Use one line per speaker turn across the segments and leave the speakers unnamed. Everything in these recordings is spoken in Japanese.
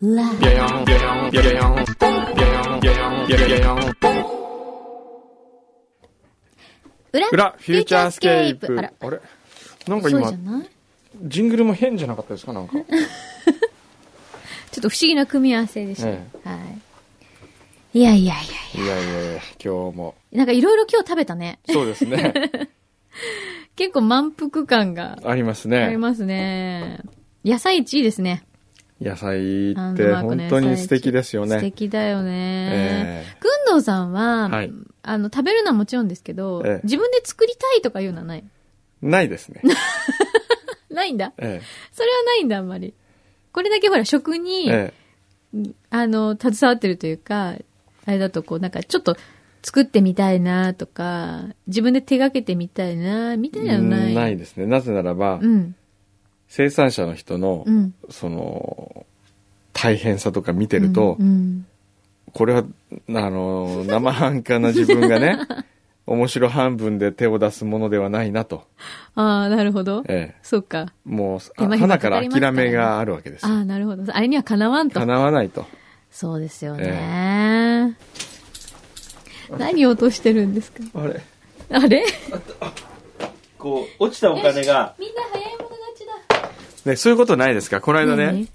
ら裏
裏、フューチャースケープ。
あ
あ
ら
れなんか
そうじ
今
ゃ、ない
ジングルも変じゃなかったです かなんか。
ちょっと不思議な組み合わせでした、
え
はいいやいやいやい
いやいやいや、今日も。
やなんかいろいろ今日食べたね
そうです ね。
結構満腹感が
あります
あり
ね。
ますね野菜1位ですね
野菜
ハ
っ
ンド
て
マークの
本
野菜
当に素敵ですよ
素
ね。
敵だよね
ええ
くんどうさんは、
はい
あの食べるのはもちろんですけど、
ええ
自分で作りたいとかいうのはない
ないですね。
ないんだ
え
それはないんだあんまりこれだけほら食
え
に、
え
あの、携わってるというか、あれだとこう、なんかちょっと作ってみたいなとか、自分で手がけてみたいな、みた
え
いなのない。
ないですね。なぜならば
う、ん。
生産者の人の
う、ん。
その、大変さとか見てると
う、ん。
これは、あの、生半可な自分が ね、面白半分で手を出すものではないなと。
ああ、なるほど。
ええ
そうか。
もう、
手
あ
間暇
花
か
か
からりますからね
諦めがあるわけです
あ
よ。
あ、なるほど。あれにはかなわんと
叶。わないと。
そうですよね。何を落としてるんですか
あれ
あれ
こう、落ちたお金が。
みんな早い者勝ちだ。
ね、そういうことないですかこの間ね、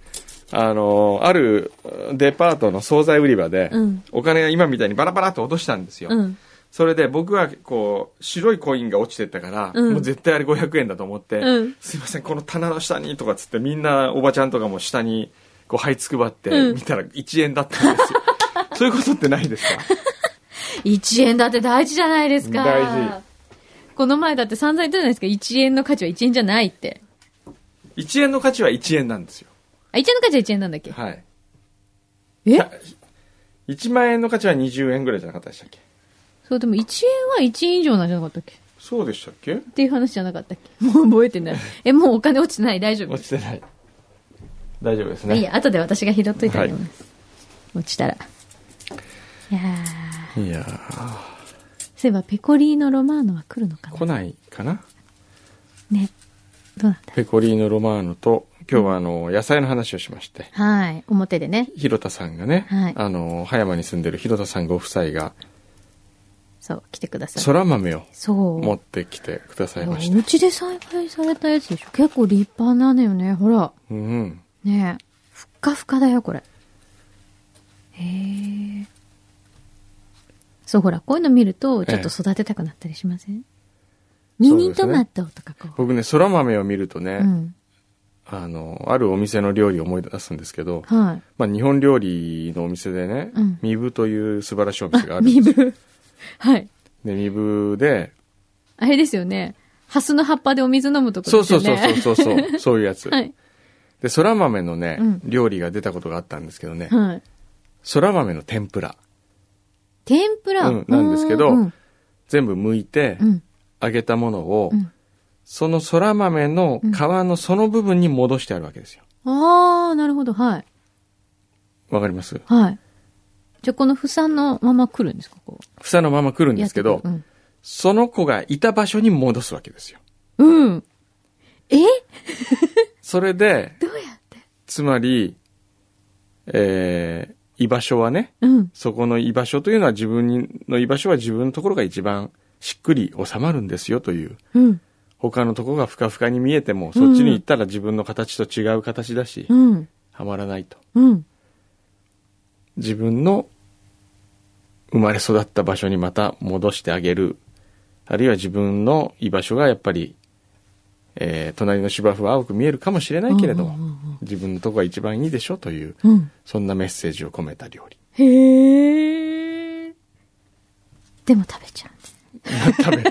あの、あるデパートの惣菜売り場で、
うん
お金が今みたいにバラバラっと落としたんですよ。
何うん。
それで僕はこう、白いコインが落ちてったから、
うん
もう絶対あれ500円だと思って、
うん
すいません、この棚の下にとかっつってみんなおばちゃんとかも下にこう、這いつくばって、
うん
見たら1円だったんです よ。そういうことってないですか
1円だって大事じゃないですか。
大事
この前だって散々言ったじゃないですか。1円の価値は1円じゃないって。
?1 円の価値は1円なんですよ。
あ、1円の価値は1円なんだっけ
はい。
え
た1万円の価値は20円ぐらいじゃなかったでしたっけ
そう、でも1円は1円以上なんじゃなかったっけっ
そうでしたっけ
ていう話じゃなかったっけ もう覚えてない。え、もうお金落ちてない大丈夫。
落ちてない大丈夫です
い
ね
や、後で私が拾っといてあげます。落ちたら。いやー
いやー
そういえばペコリーノ・ロマーノは来るのか
来ないかな
なね。どうなんだ
ペコリーノ・ロマーノと今日はあの野菜の話をしまして
はい。表でね。
広田さんがね、
はい
あの葉山に住んでる広田さんご夫妻が
そう、来てください。
そら豆を
そう。
持ってきてくださいまし
お
た
家で栽培されたやつでしょ結構立派なんだよね。ほら。
うん
ねえ。ふっかふかだよ、これ。へえ。そう、ほら、こういうの見ると、ちょっと育てたくなったりしません、ミニトマトとかこう。
僕ねそら豆を見るとね、
うん。
あのあるお店の料理を思い出すんですけど、
はい。
まあ、日本料理のお店でね
うん
ミブ、という素晴らしいお店 があるんです
身
よ
分。はい。
でミブで
あれですよね。ハスの葉っぱでお水飲むとこ
そう
です
そ
よ
うそう
ね。
そうそうそう そういうやつ、
はい。
で、そら豆のね、
うん
料理が出たことがあったんですけどね、
はい。
そら豆の天ぷら。
天ぷら。
うんなんですけど
うん。
全部剥いて
う、ん。
揚げたものを、
うん
そのそら豆の皮のその部分に戻してあるわけですよ。
あー、なるほど。はい。
わかります
はい。じゃあ、この房のまま来るんですかこう。
房のまま来るんですけど、
やって
その子がいた場所に戻すわけですよ。
くるうん。うん。え
それで、
どうやって
つまり、えー、居場所はね、
うん。
そこの居場所というのは自分の居場所は自分のところが一番しっくり収まるんですよという
うん。
他のとこがふかふかに見えても、そっちに行ったら自分の形と違う形だし、
うん。
はまらないと。
うん。
自分の生まれ育った場所にまた戻してあげる。あるいは自分の居場所がやっぱり、えー隣の芝生は青く見えるかもしれないけれど
うんうんうん
も、自分のとこが一番いいでしょという、
うん。
そんなメッセージを込めた料理。
へえ。でも食べちゃうんです。
食べ、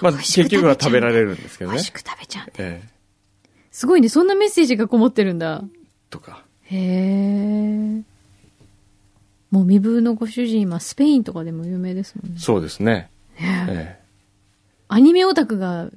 まあ
美味しく食べちゃう
結局は食べられるんですけど
美
ね
味し。く食べちゃうんです。
えー
すごいね。そんなメッセージがこもってるんだ。
とか。
へえ。もう身分のご主人はスペインとかでも有名ですもんね。
そうですね。
ね
え
アニメオタクが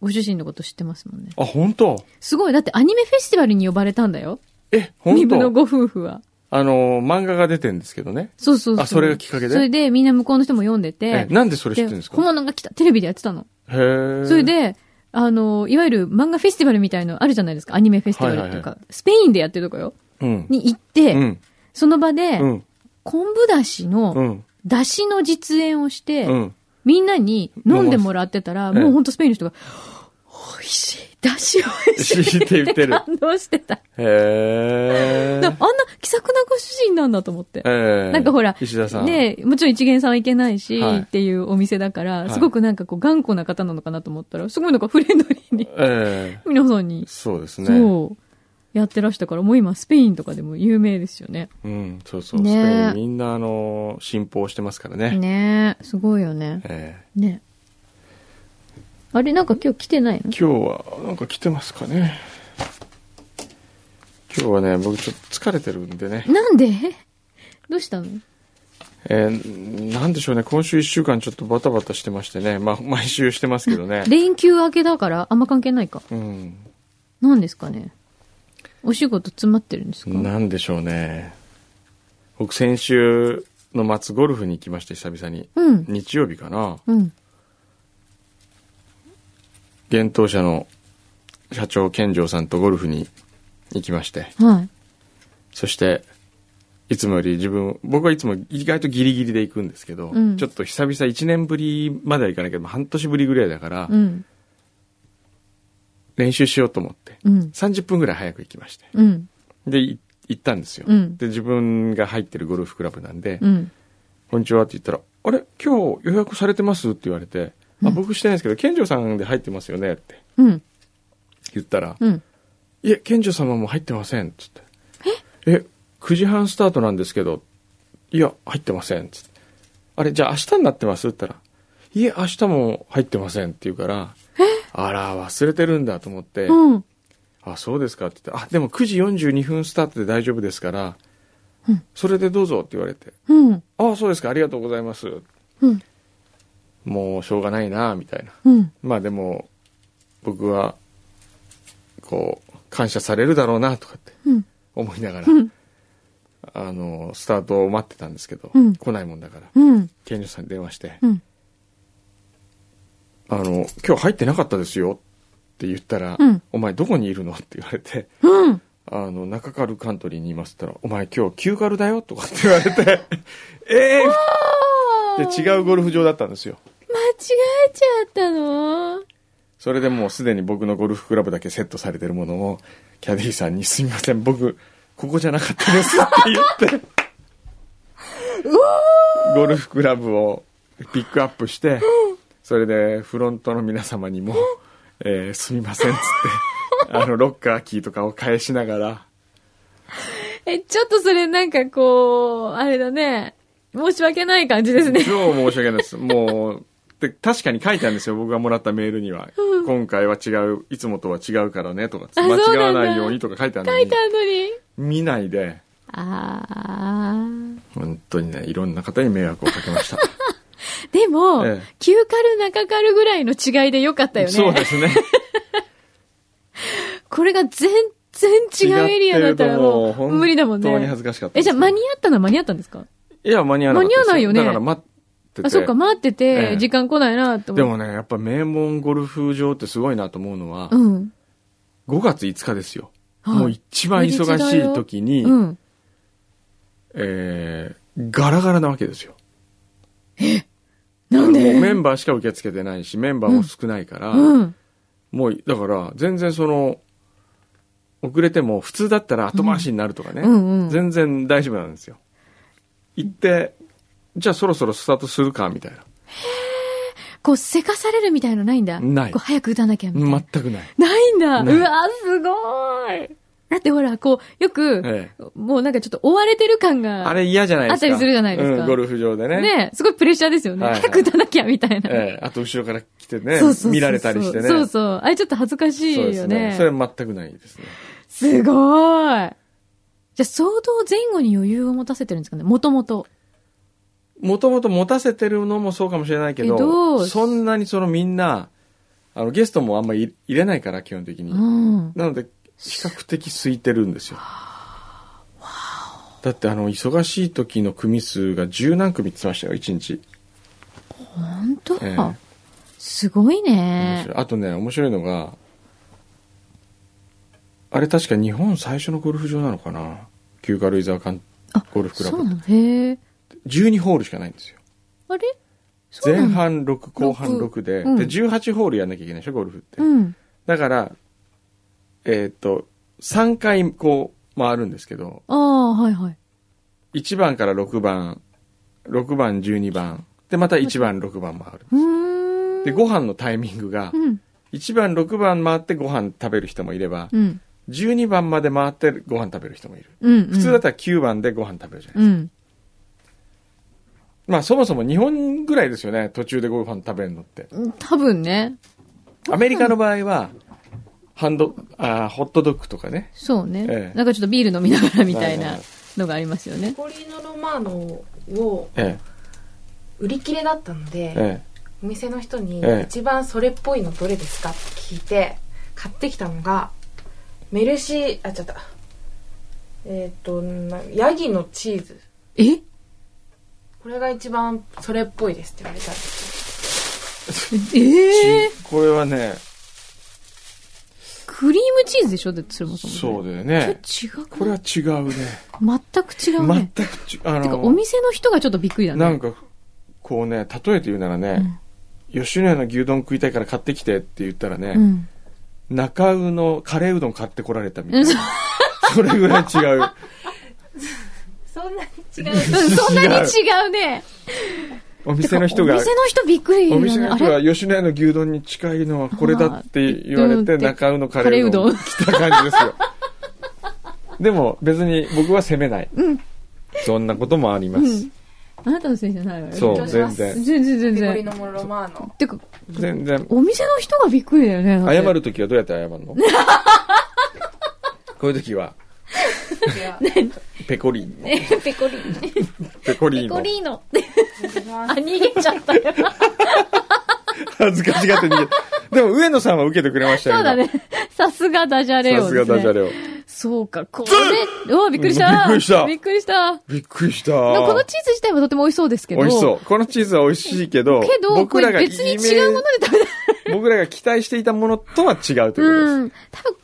ご主人のこと知ってますもんね。
ーあ、本当
すごい。だってアニメフェスティバルに呼ばれたんだよ。
え、
身
本
分の
当
ご夫婦は。
あの、漫画が出てんですけどね。
そうそうそう。
あそれがきっかけで
それでみんな向こうの人も読んでて。
え、なんでそれ知ってるんです
小
か
物が来た。テレビでやってたの。
へえ。
それ、で、あの、いわゆる漫画フェスティバルみたいのあるじゃないですか。アニメフェスティバルとか。
はいはいは
スペインでやってるとこよ。
うん。
に行って、
うん。
その場で、
うん。
昆布だし
う
の、
ん。
だしの実演をして、
うん。
みんなに飲んでもらってたら、
飲ます
もうほんとスペインの人が、美味しい、だし 美味しい
美味しいって言ってる
感動してた。
へ
だ
ー
あんな気さくなご主人なんだと思って。
えー
なんかほら
石田さん。
で、もちろん一元さんはいけないし、
はい
っていうお店だから、
はい
すごくなんかこう頑固な方なのかなと思ったら、すごいなんかフレンドリーに、
え
皆さんに
ー、そうですね。
そう、やってらしたから、もう今スペインとかでも有名ですよね。
うん、そうそう。
ね
スペインみんな、あの、信奉してますからね。
ねえ、すごいよね。
え
ねあれ、なんか今日来てないの
ー今日は、なんか来てますかね。今日はね、僕ちょっと疲れてるんでね。
なんでどうしたの
えーなんでしょうね、今週一週間ちょっとバタバタしてましてね。まあ、 毎週してますけどね。
連休明けだから、あんま関係ないか。
うん。
なんですかねお仕事詰まってるんですか
なんでしょうね。僕先週の末ゴルフに行きまして、久々に。
うん。
日曜日かな。
うん。
現当社の社長健丈さんとゴルフに行きまして
はい。
そしていつもより自分僕はいつも意外とギリギリで行くんですけど、
うん
ちょっと久々1年ぶりまではいかないけど半年ぶりぐらいだから、
うん。
練習しようと思って
うん。
30分ぐらい早く行きまして
うん。
でい行ったんですよ、
うん
で自分が入ってるゴルフクラブなんで「
うん。
こんにちは」って言ったら「あれ今日予約されてます?」って言われて「あ僕してないんですけど健丈さんで入ってますよね」って
うん。
言ったら「
うん。
いえ、賢者様も入ってません、つって。ええ、9時半スタートなんですけど、いや、入ってません、つって。あれ、じゃあ明日になってますって言ったら、いえ、明日も入ってませんって言うから、あら、忘れてるんだと思って、
うん。
あ、そうですかって言って、あ、でも9時42分スタートで大丈夫ですから、
うん
それでどうぞって言われて、
うん。
あ、そうですか、ありがとうございます。
うん。
もうしょうがないな、みたいな。
うん。
まあでも、僕は、こう、感謝されるだろうな、とかって。
うん。
思いながら、
うん
あの、スタートを待ってたんですけど、
うん
来ないもんだから、
うん。
県庁さんに電話して、
うん。
あの、今日入ってなかったですよって言ったら、
うん
お前どこにいるのって言われて、
うん。
あの、中カルカントリーにいますって言ったら、お前今日旧カルだよとかって言われて、 ええで違うゴルフ場だったんですよ。
間違えちゃったの
それでもうすでに僕のゴルフクラブだけセットされてるものを、キャディーさんにすみません、僕、ここじゃなかったですって言って、ゴルフクラブをピックアップして、それでフロントの皆様にも、えーすみませんっつって、あの、ロッカーキーとかを返しながら、
え、ちょっとそれなんかこう、あれだね。申し訳ない感じですね。
超申し訳ないです。もう、で確かに書いてあるんですよ。僕がもらったメールには。今回は違う、いつもとは違うからねとかつって、
あそうな
間
んだ
違わないようにとか書いてあるの
書い
に
て、あるのに。
見ないで、
あー。
本当にね、いろんな方に迷惑をかけました。
でも、
ええ
旧カル中カルぐらいの違いでよかったよね。
そうですね。
これが全然 違うエリアだったらもう無理だもん
本当に恥
ね。
ずかしかったで
え、
す。
じゃあ間に合ったのは間に合ったんですか
いや、間に合わなかった
間に
です
合わないよね
だから待ってて。
あ、そっか、待って
ええ
て、時間来ないなと
で
思って。
もね、やっぱ名門ゴルフ場ってすごいなと思うのは、
うん。
5月5日ですよ。
はい
もう一番忙しい時に、
うん。
えー、ガラガラなわけですよ。
なん
もうメ
で
ンバーしか受け付けてないし、メンバーも少ないから、
うん。
もう、だから、全然その、遅れても、普通だったら後回しになるとかね、
うんうんうん
全然大丈夫なんですよ。行って、じゃあそろそろスタートするか、みたいな。
こう、せかされるみたいのないんだ。
ない
こう、早く打たなきゃみたいな。
全くない。
ないんだ。
ないう
わ、すごい。だってほら、こう、よく、
ええ
もうなんかちょっと追われてる感
あ
が、
れ嫌じゃないですか。
あったりするじゃないですか
うんゴルフ場でね。
ね、すごいプレッシャーですよね。
はいはい
早く打たなきゃみたいな。
ええあと後ろから来て
そうそう
ね
そうそう
見られたりしてね。
そうそう。あれちょっと恥ずかしい
そうで
よ
す
ね。
それは全くないですね。
すごい。じゃあ、相当前後に余裕を持たせてるんですかねもともと。
もともと持たせてるのもそうかもしれないけど、
けど
そんなにそのみんな、あのゲストもあんまり入れないから、基本的に。
うん。
なので、比較的空いてるんですよ。だって、あの、忙しい時の組数が十何組って言ってましたよ、一日。
本当、
ええ
すごい
面
ね
白い。あとね、面白いのが、あれ確か日本最初のゴルフ場なのかな旧軽井沢カン
あ
ゴルフクラ
そう
ブ
な。のへえ
12ホールしかないんですよ。
あれそうな
前
の
半6、後半6で、
うん
で、18ホールやんなきゃいけないでしょ、ゴルフって。
うん
だから、えーっと、3回こう回るんですけど、
ああはいはい
1番から6番、6番、12番、で、また1番、6番回る。
うーん
で、ご飯のタイミングが
う、ん
1番、6番回ってご飯食べる人もいれば、
うん
12番まで回ってご飯食べる人もいる。
うん
普通だったら9番でご飯食べるじゃないですか。
うん
まあそもそも日本ぐらいですよね、途中でご飯食べるのって。
うん多分ね
アメリカの場合は、ハンド、あーホットドッグとかね。
そうね、
ええ
なんかちょっとビール飲みながらみたい
はい
な
はい
のがありますよね。
ポリーノ・ロマーノを
え
売り切れだったので、
え、え
お店の人に
ええ
一番それっぽいのどれですかって聞いて買ってきたのがメルシーあちゃったえっ、となヤギのチーズ
え
これが一番それっぽいですって言われたんです
え
ええ
ちこれはね、
クリームチーズでしょだってそれもそも、
そうだ
ね
よね。。
ちょっと違
こ
く
れ
な
はい違うね。
全く違うね。
全くち、あ
てか、お
の、
店の人がちょっとびっくりだね。
なんか、こうね、例えて言うならね、吉野家の牛丼食いたいから買ってきてって言ったら
う
ね、
ん。
中うのカレーうどん買ってこられたみたいな。それぐらい違う。
そんなに違
うん。そんなに違うね。
お店の人が
てかお、店の人びっくりだ
お
ね。
店の人
あ
は
れ
吉野家の牛丼に近いのはこれだって言わ
あーう
れ
んで
て、中うのカレーうどん
カ
来た感じですよ。でも別に僕は責めない。そんなこともあります。
あなたのせいじゃないわよ。
そう、
緊張
全
します
然。
全然全
うポリー
然。
ノロマーノ
てか、
全然。
お店の人がびっくりだよね。だって
謝。るときはどうやって謝るのこういうときは、
いや
ペコリーノ。
ペコリーノ。
ペコリ
ペ
ー
コ
ノ。
リーノ。 あ、
あ
逃げちゃったよ。
恥ずかしがって逃 げたでも上野さんは受けてくれましたよ。
そうだね。さすがダジャレ
今。
を
さ
ですす
が
ね。
ダジャレを。
そうか、これ、うわ、びっくりした。
びっくりした
びっくりしたで
びっくりした。
もこのチーズ自体はとても美味しそうですけど。
美味しそう。このチーズは美味しいけど、
けど、こ
僕ら
れ
が
別に
イメージ
違うもので食べたい。
僕らが期待していたものとは違うというこ
うん。多分、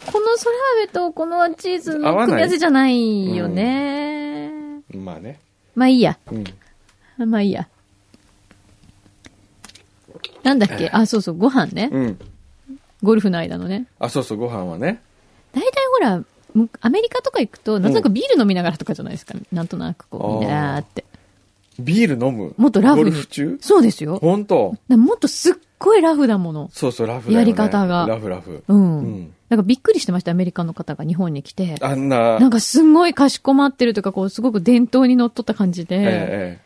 このソラーベとこのチーズの
合わない
組み合わせじゃないよね。
とです。まあね。
まあいいや。
うん。
まあいいや。なんだっけあ、そうそう、ご飯ね。
うん。
ゴルフの間のね。
あ、そうそう、ご飯はね。
大体ほら、むアメリカとか行くと、なんとなくビール飲みながらとかじゃないですか。なんとなくこう、みんなーって。
ビール飲む。
もっとラフに。
ゴルフ中
そうですよ。
本当
でももっとすっごいラフだもの。
そうそう、ラフだよ、ね。
やり方が
ラフラフ。
うん。
うん
なんかびっくりしてました、アメリカの方が日本に来て。
あんな、
なんかすんごいかしこまってるとか、こう、すごく伝統にのっとった感じ
ええ
で、
え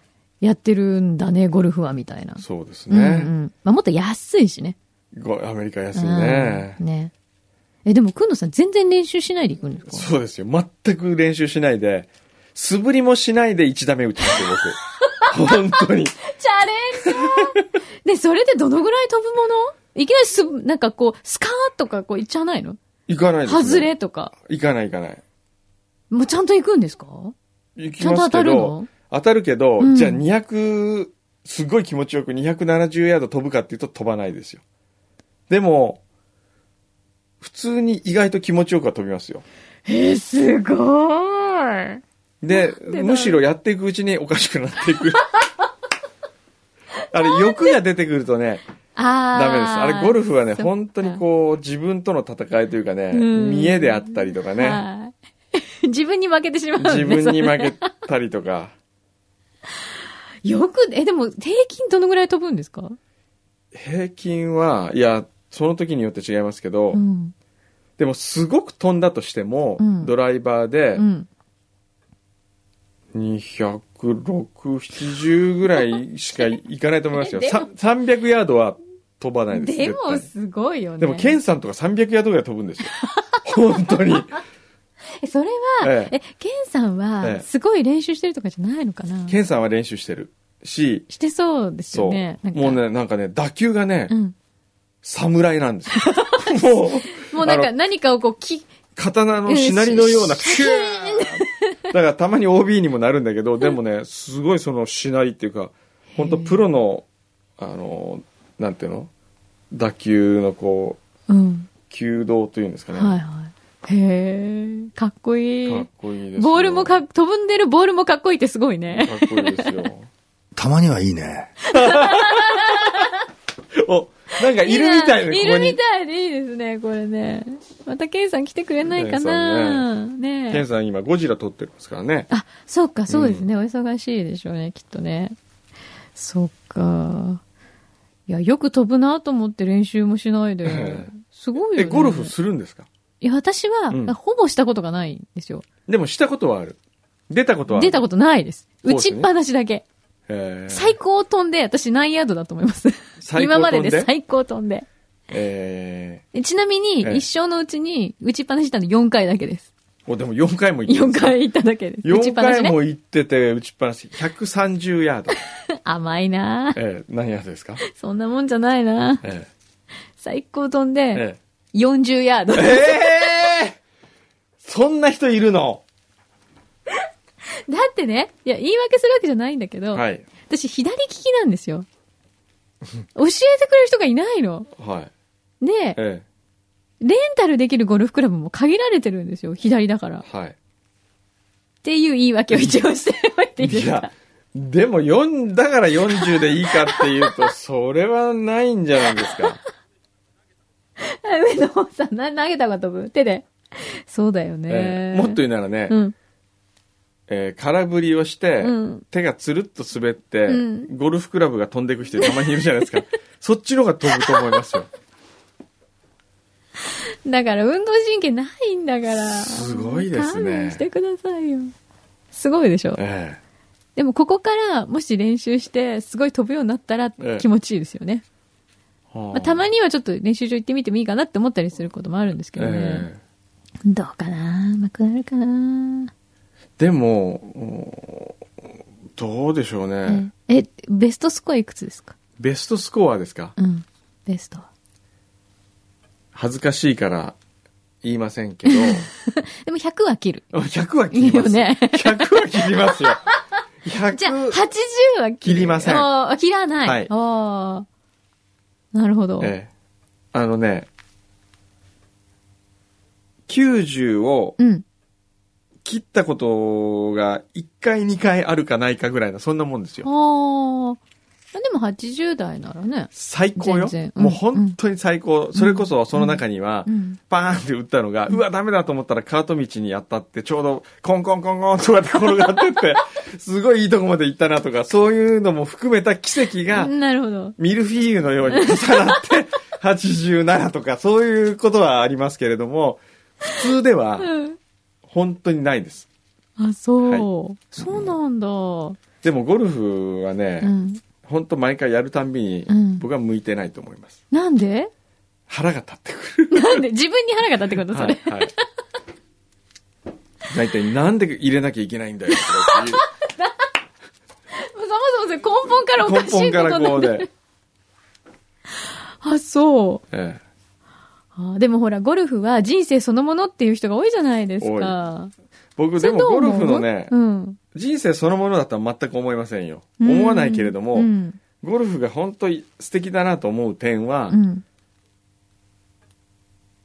やってるんだね、ゴルフは、みたいな
え。そうです
うんう
ね、
ん。まあ、もっと安いしね。
ごアメリカ安いね
う。んね。え、でも、くんのさん全然練習しないで行くんですか
そうですよ。全く練習しないで、素振りもしないで1打目打ちますよ、 僕。本当
チャレン
に。
ジャー で、それでどのぐらい飛ぶものいきなりす、なんかこう、スカーッとかこう、いっちゃわないの
行かないです、ね。
外れとか。
行かない行かない。
もうちゃんと行くんですか
行き
ちゃんと
ま
当た
すけ
る
ど
の、
当たるけど、
うん
じゃあ200、すごい気持ちよく270ヤード飛ぶかっていうと飛ばないですよ。でも、普通に意外と気持ちよくは飛びますよ。
え、すごーい。
で、
だ
むしろやっていくうちにおかしくなって いく。あれ、欲が出てくるとね、
あー
ダメです。あれ、ゴルフはね、
そっか
本当にこう、自分との戦いというかね、
うん
見栄であったりとかね、
はい。 自分に負けてしまうんで
自分に負け
そ
たりとか、
れ よく、え、でも、平均どのぐらい飛ぶんですか
平均は、いや、その時によって違いますけど、
うん。
でもすごく飛んだとしても、
うん
ドライバーで
うん。
26070ぐらいしかいかないと思い ますよ
でも
さ300ヤードは飛ばないです
で
絶
も、
対
すごいよね。
でもケンさんとか300ヤードぐらい飛ぶん ですよ本当に
え、それは、
え
えケンさん
え
は、
え
すごい練習してるとかじゃないのかな
ケンさんは練習してるし
してそうです
そ
よ
う、
ね。なんか
もう。ねなんかね打球がね、
うん。
侍なんで すよもう
もうなん
あ
か、
の
何かをこう、き、
刀のしなりのような、キューだからたまに OB にもなるんだけど、でもね、すごいそのしなりっていうか、本当プロの、あの、なんていうの打球のこう
うん。
球道というんですかね、
はいはい。へえ、かっこい
か
い
っ。こいいですよ
ボールもか
かっ
っ、飛ぶんでるボールもかっこいいってすごいね。
こいいですよ
たまにはいいね。
おなんかいるみたい
な
ね
い
ここ
るみ
に
たいでいいですね、これね。またケンさん来てくれないかなね
ケ
え
ンさん今ゴジラ撮ってますからね
あ、そうか、そうですね、お忙しいでしょうね、きっとね。そうか。いや、よく飛ぶなと思って練習もしないで
え。
すごいよ、ね。
えゴルフするんですか
いや、私は、
うん
ほぼしたことがないんですよ。
でもしたことはある出たことはある
出たことないです。
そう
打
です
ち
ね
っぱなしだけ。
えー
最高飛んで、私何ヤードだと思います。
最高飛
今
んで
までで最高飛んで。
え
でちなみに、
ええ
一生のうちに打ちっぱなししたの4回だけです。
ーおでも4回も行って
4
ます
回行っただけです。打ちっ
4
ぱなし
回
ね。
も行ってて打ちっぱなし130ヤード
甘いなぁ
えー何ヤードですか
そんなもんじゃないなぁ
え
最高飛ん
ー
で、
え
40ヤード
ー。えーそんな人いるの
だってね、いや、言い訳するわけじゃないんだけど、
はい
私左利きなんです よ。教えてくれる人がいないの。
はい
で、
え
レンタルできるゴルフクラブも限られてるんですよ。左だから。っ
ーはい
ていう言い訳を一応しておいていいで
い
すか
や、でも4、だから40でいいかっていうと、それはないんじゃないで すか。
上野さん、な、投げたが飛ぶ手で。そうだよね、
えーもっと言うならね、
うん。
えー空振りをして、
うん
手がつるっと滑って、
うん
ゴルフクラブが飛んでいく人たまにいるじゃないで すか。そっちの方が飛ぶと思いますよ。
だから運動神経ないんだから。
すごいですね
勘弁してくださいよ。すごいでしょ。
え
でもここからもし練習してすごい飛ぶようになったら
ええ
気持ちいいですよね。
ー
まあ、たまにはちょっと練習場行ってみてもいいかなって思ったりすることもあるんですけどね。
えー
どうかなうまくなるかな
でも、うんどうでしょうね。
え、ベストスコアいくつですか
ベストスコアですか
うん。ベストは。
恥ずかしいから言いませんけど、
でも100は切る。
100は切ります。
いいよね
100は切りますよ。100
じゃあ、80は切る
切りません
あー切らない。
はい
あーなるほど。
ええ。あのね、90を
うん。
切ったことが1回2回あるかないかぐらいの、そんなもんですよ。
ああ。でも80代ならね。
最高よ
全然。うん
もう本当に最高。それこそその中には
う、ん。
パーンって打ったのが、うわ、ダメだと思ったらカート道にやったって、ちょうどコンコンコンコンとかって転がっ てって、すごいいいとこまで行ったなとか、そういうのも含めた奇跡が、
なるほど。
ミルフィーユのように重な って、87とか、そういうことはありますけれども、普通では、
うん。
本当にないです。
あ、そう。
は
そうなんだ。う
でもゴルフはね、
ん。
本当毎回やるたんびに
うん、
僕は向いてないと思います。
なんで
腹が立ってくる。
なんで自分に腹が立ってことそ
はい
れ。、
はい。大体なんで入れなきゃいけな いんだよ、これっていう。
そもそもそれ根本からおかし
根
いことにな
本からこ
っ
う
てる。
で。
あ、そう。
え
あーでもほら、ゴルフは人生そのものっていう人が多いじゃないですか。
え僕、
それ
でも
どう
ゴル
思う
フのね
う、ん。
人生そのものだとは全く思いませんよ。
うん
思わないけれども、
うん。
ゴルフが本当に素敵だなと思う点は、
うん。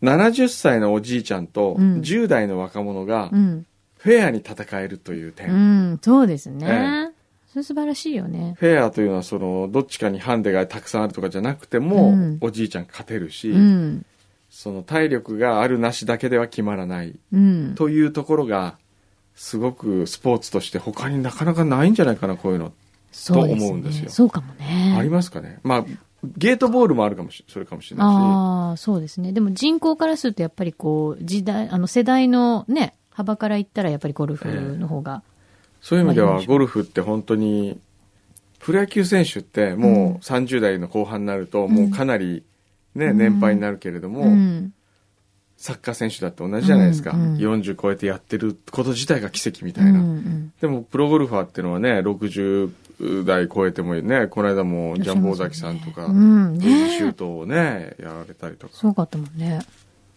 70歳のおじいちゃんと
うん
10代の若者が
うん。
フェアに戦えるという点。
うん。そうですね。
え
それ素晴らしいよね。
フェアというのはそのどっちかにハンデがたくさんあるとかじゃなくても、
うん
おじいちゃん勝てるし、
うん。
その体力があるなしだけでは決まらない
うん。
というところがすごくスポーツとして他になかなかないんじゃないかなこういうの、
そうですね
と思うんですよ
そうかもね。
ありますかねまあゲートボールもあるかもしそれかもしれな
ああ、そうですね。でも人口からするとやっぱりこう、時代、あの世代のね、幅から言ったらやっぱりゴルフの方が。
いしそういう意味で
まあいい
は
でしょう
ゴルフって本当にプロ野球選手ってもう30代の後半になるともうかなり、ね
うん
年配になるけれども、
うん。
サッカー選手だって同じじゃないですか、
うんうん
40超えてやってること自体が奇跡みた
うん
いうな、
ん。
でもプロゴルファーっていうのはね60代超えてもねこの間もジャンボ尾崎さんとか、
うん。
エイジシュー
ね
トをねやられたりとか
すごかったもんね。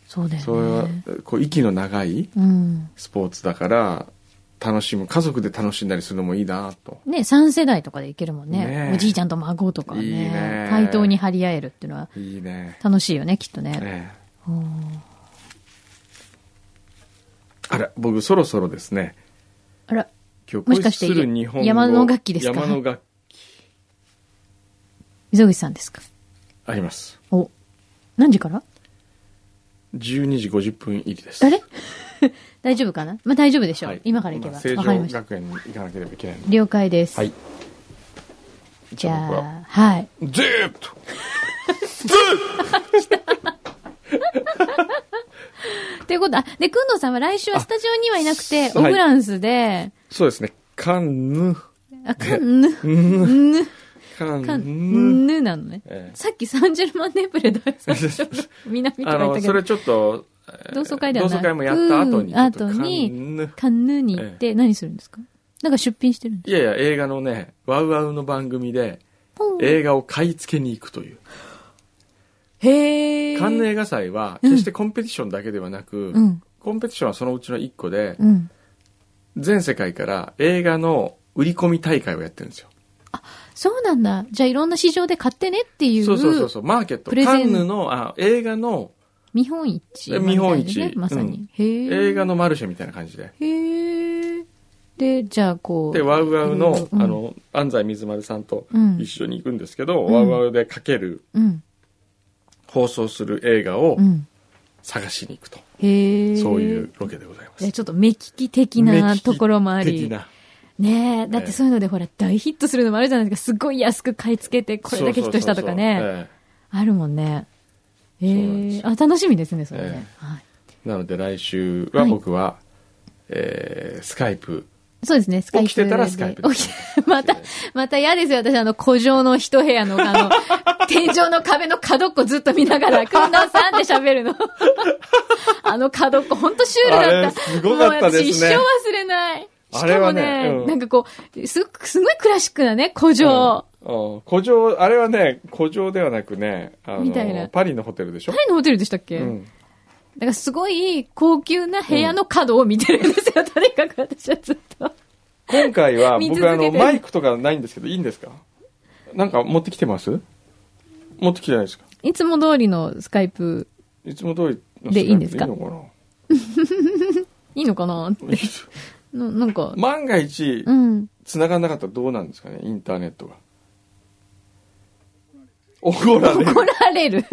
そうだよね。
それはこう息の長い
うん。
スポーツだから楽しむ、家族で楽しんだりするのもいいなと。
ね、3世代とかでいけるもんね。
ねえ
おじいちゃんと孫とかね
いいね
対等に張り合えるっていうのはい
いね。
楽しいよね、きっとね。
ええ
うん
あら、僕そろそろですね、
あら、
今日
もしかして
恋する日本語
山の楽器ですか
山の楽器
溝口さんですか。
あります。
お、何時から
12時50分入りです。
誰大丈夫かなまあ大丈夫でしょう。
はい
今から行けば。
まあ成
わかりま
城
した。
学園に行かなければいけないので。
了解です。
はい。
じ
じゃあ僕は
ゃあ、はい。
ずーっと
ということあ、で、くんどうさんは来週はスタジオにはいなくて、
あ
オ
はい
フランスで、
そうですね。カンヌ、
あ、かんぬ、
カ
か
ンヌ。
んぬなのね。
ええ
さっきサンジェルマンネープレ大三章の南と
あ
か言っ
の、
たけ
そ
ど
れ、ちょっと、えー
同窓会ではない
同窓会もやった後に、
う
ち
ん
ょっと
後に
カンヌ
カンヌに行って何するんですかなんか出品してるんで
いやいや、映画のね、ワウワウの番組で、
ほう
映画を買い付けに行くという。
すへえ。
カンヌ映画祭は、決してコンペティションだけではなく、
うん
コンペティションはそのうちの一個で、
うん。
全世界から映画の売り込み大会をやってるんですよ。
そうなんだ。じゃあいろんな市場で買ってねっていう。
そうそうそうそう、マーケット。
プレゼ
カ
ン
ンヌの、あ、映画の、
見本市、
え見本市
ねまさに。へえ。
映画。のマルシェみたいな感じで。
へえ。で、じゃあこう。
で、ワウワウの、
うん
あ、の、安西水丸さんと
うん
一緒に行くんですけど、
うん
ワウワウでかける、
うん。
放送する映画を
うん。
探しに行くと。
へえ。
そういう。ロケでございます。
でちょっと目利き的なところもあ
目利き
り
的。な
ねえ、だってそういうのでほら大ヒットするのもあるじゃないですか。すごい安く買い付けてこれだけヒットしたとか
そうそう
ね。
そうえ
あるもんね。へ
そうなんです
え。
よ
あ、楽しみですね、それね
え。
はい。
えなので来週は僕は、えースカイプ。
そうですね、スカイプ。
起きてたらスカイプで
起き また、また嫌ですよ、私、あの、古城の一部屋の、 あの、天井の壁の角っこずっと見ながら、くんどうさんって喋るの。 あの角っこ、ほんとシュールだ
あ
っ
れ
た。
すごかったですね
もう私一生忘れない。し
あれ
かも
は
ね、
ねうん
なんかこう、す、すごいクラシックなね、古城。
うん古城、あれはね、古城ではなくね、あ
みたいな
の、パリのホテルでしょ、
誰のホテルでしたっけ、
うん、
なんかすごい高級な部屋の角を見てるんですよ、とにかく私はずっと。
今回は
見続
僕あ
けてる
の、マイクとかないんですけど、いいんですかなんか持ってきてます持ってきてないですか
いつも通りのスカイプ、
いつも通りの
でいいんですか
いいのか
いいのかな
な
ななんか、
万が一
う、ん。
繋がんなかったらどうなんですかねインターネットが。怒られる
怒られる。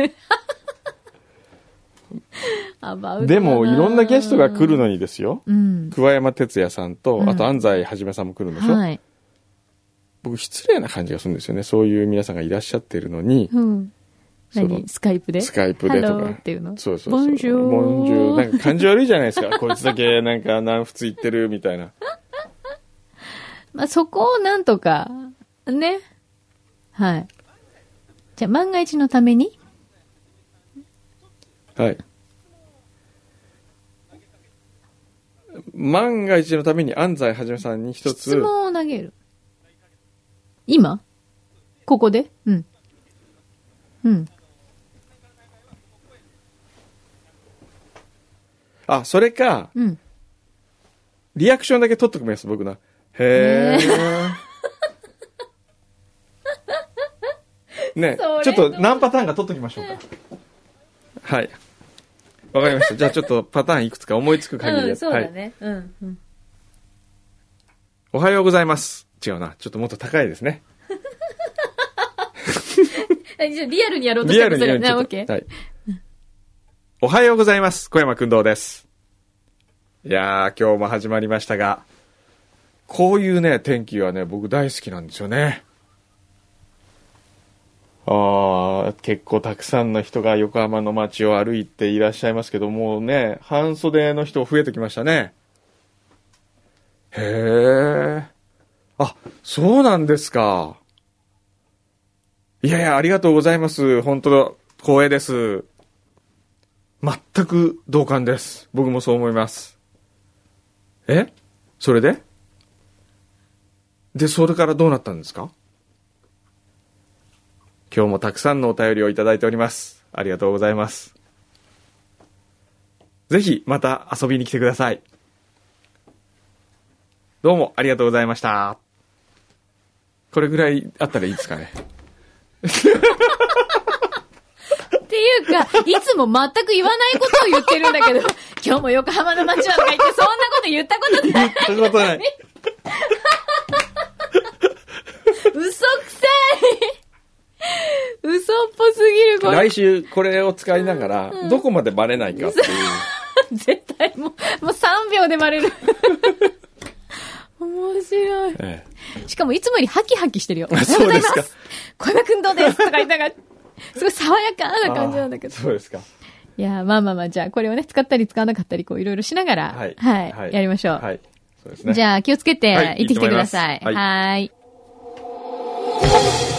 アバウトだな
でも、いろんなゲストが来る。のにですよ。
うん。
桑山哲也さんと、
うん
あと安西はじめさんも来るんでしょ、
はい。
僕、失礼な感じがするんですよね。そういう皆さんがいらっしゃってるのに、
うん。
その
何スカイプで
スカイプでと
ハロ
か
ー。っていうの
そうそうそ
ボ
う。
ンジュール
ボンジュールなんか感じ悪いじゃないですか。こ いつだけ、なんか、南仏行ってる、みたいな。
まあ、そこをなんとか、ね。はい。じゃあ、万が一のために
はい。万が一のために安西はじめさんに一つ。
質問を投げる。今ここでうん。うん。
あ、それか、
うん。
リアクションだけ取っときます、僕な。へ え。ね
それ
ちょっと何パターンか取っときましょうか。はい。わかりました。じゃあちょっとパターンいくつか思いつく限り
う
で
ん、
す。
そう
は
だ
い。
ね。うん。うん。
おはようございます。違うな。ちょっともっと高いですね。
えじゃあ、リアルにやろうとし
リ
た
ア
ん
ル
だ
に
そ
や
れ
るち
ね。オッケ
ょっと
ー。
はい。おはようございます。小山くんどうです。いやー、今日も始まりましたが、こういうね、天気はね、僕大好きなんですよね。あー、結構たくさんの人が横浜の街を歩いていらっしゃいますけど、もうね、半袖の人増えてきましたね。へー。あ、そうなんですか。いやいや、ありがとうございます。本当だ。光栄です。全く同感です。僕もそう思います。えそれでで、それからどうなったんですか今日もたくさんのお便りをいただいております。ありがとうございます。ぜひ、また遊びに来てください。どうもありがとうございました。これぐらいあったらいいですかね。
っていうか、いつも全く言わないことを言ってるんだ けど、今日も横浜の街はとか言って、そんなこと言ったことない。
そういうこ とない。
嘘くさい嘘っぽすぎる、これ。
来週これを使いながら、どこまでバレないかっていう。
絶対もう、もう3秒でバ レる。面白い。
え
しかもいつもよりハキハキしてるよ。おはよ
そ
ご
う
ざ
で
います
か
す。小山くんどうですとか言いながら、すごい爽やか
え
な感じなんだけど
あー。そうですか。
いやー、まあまあまあ、じゃあこれをね、使ったり使わなかったり、こういろいろしながら、
はい。
やりましょう。
はい。そうですね。
じゃあ気をつけて、
はい
行ってきてください。
行ってまいります
はーい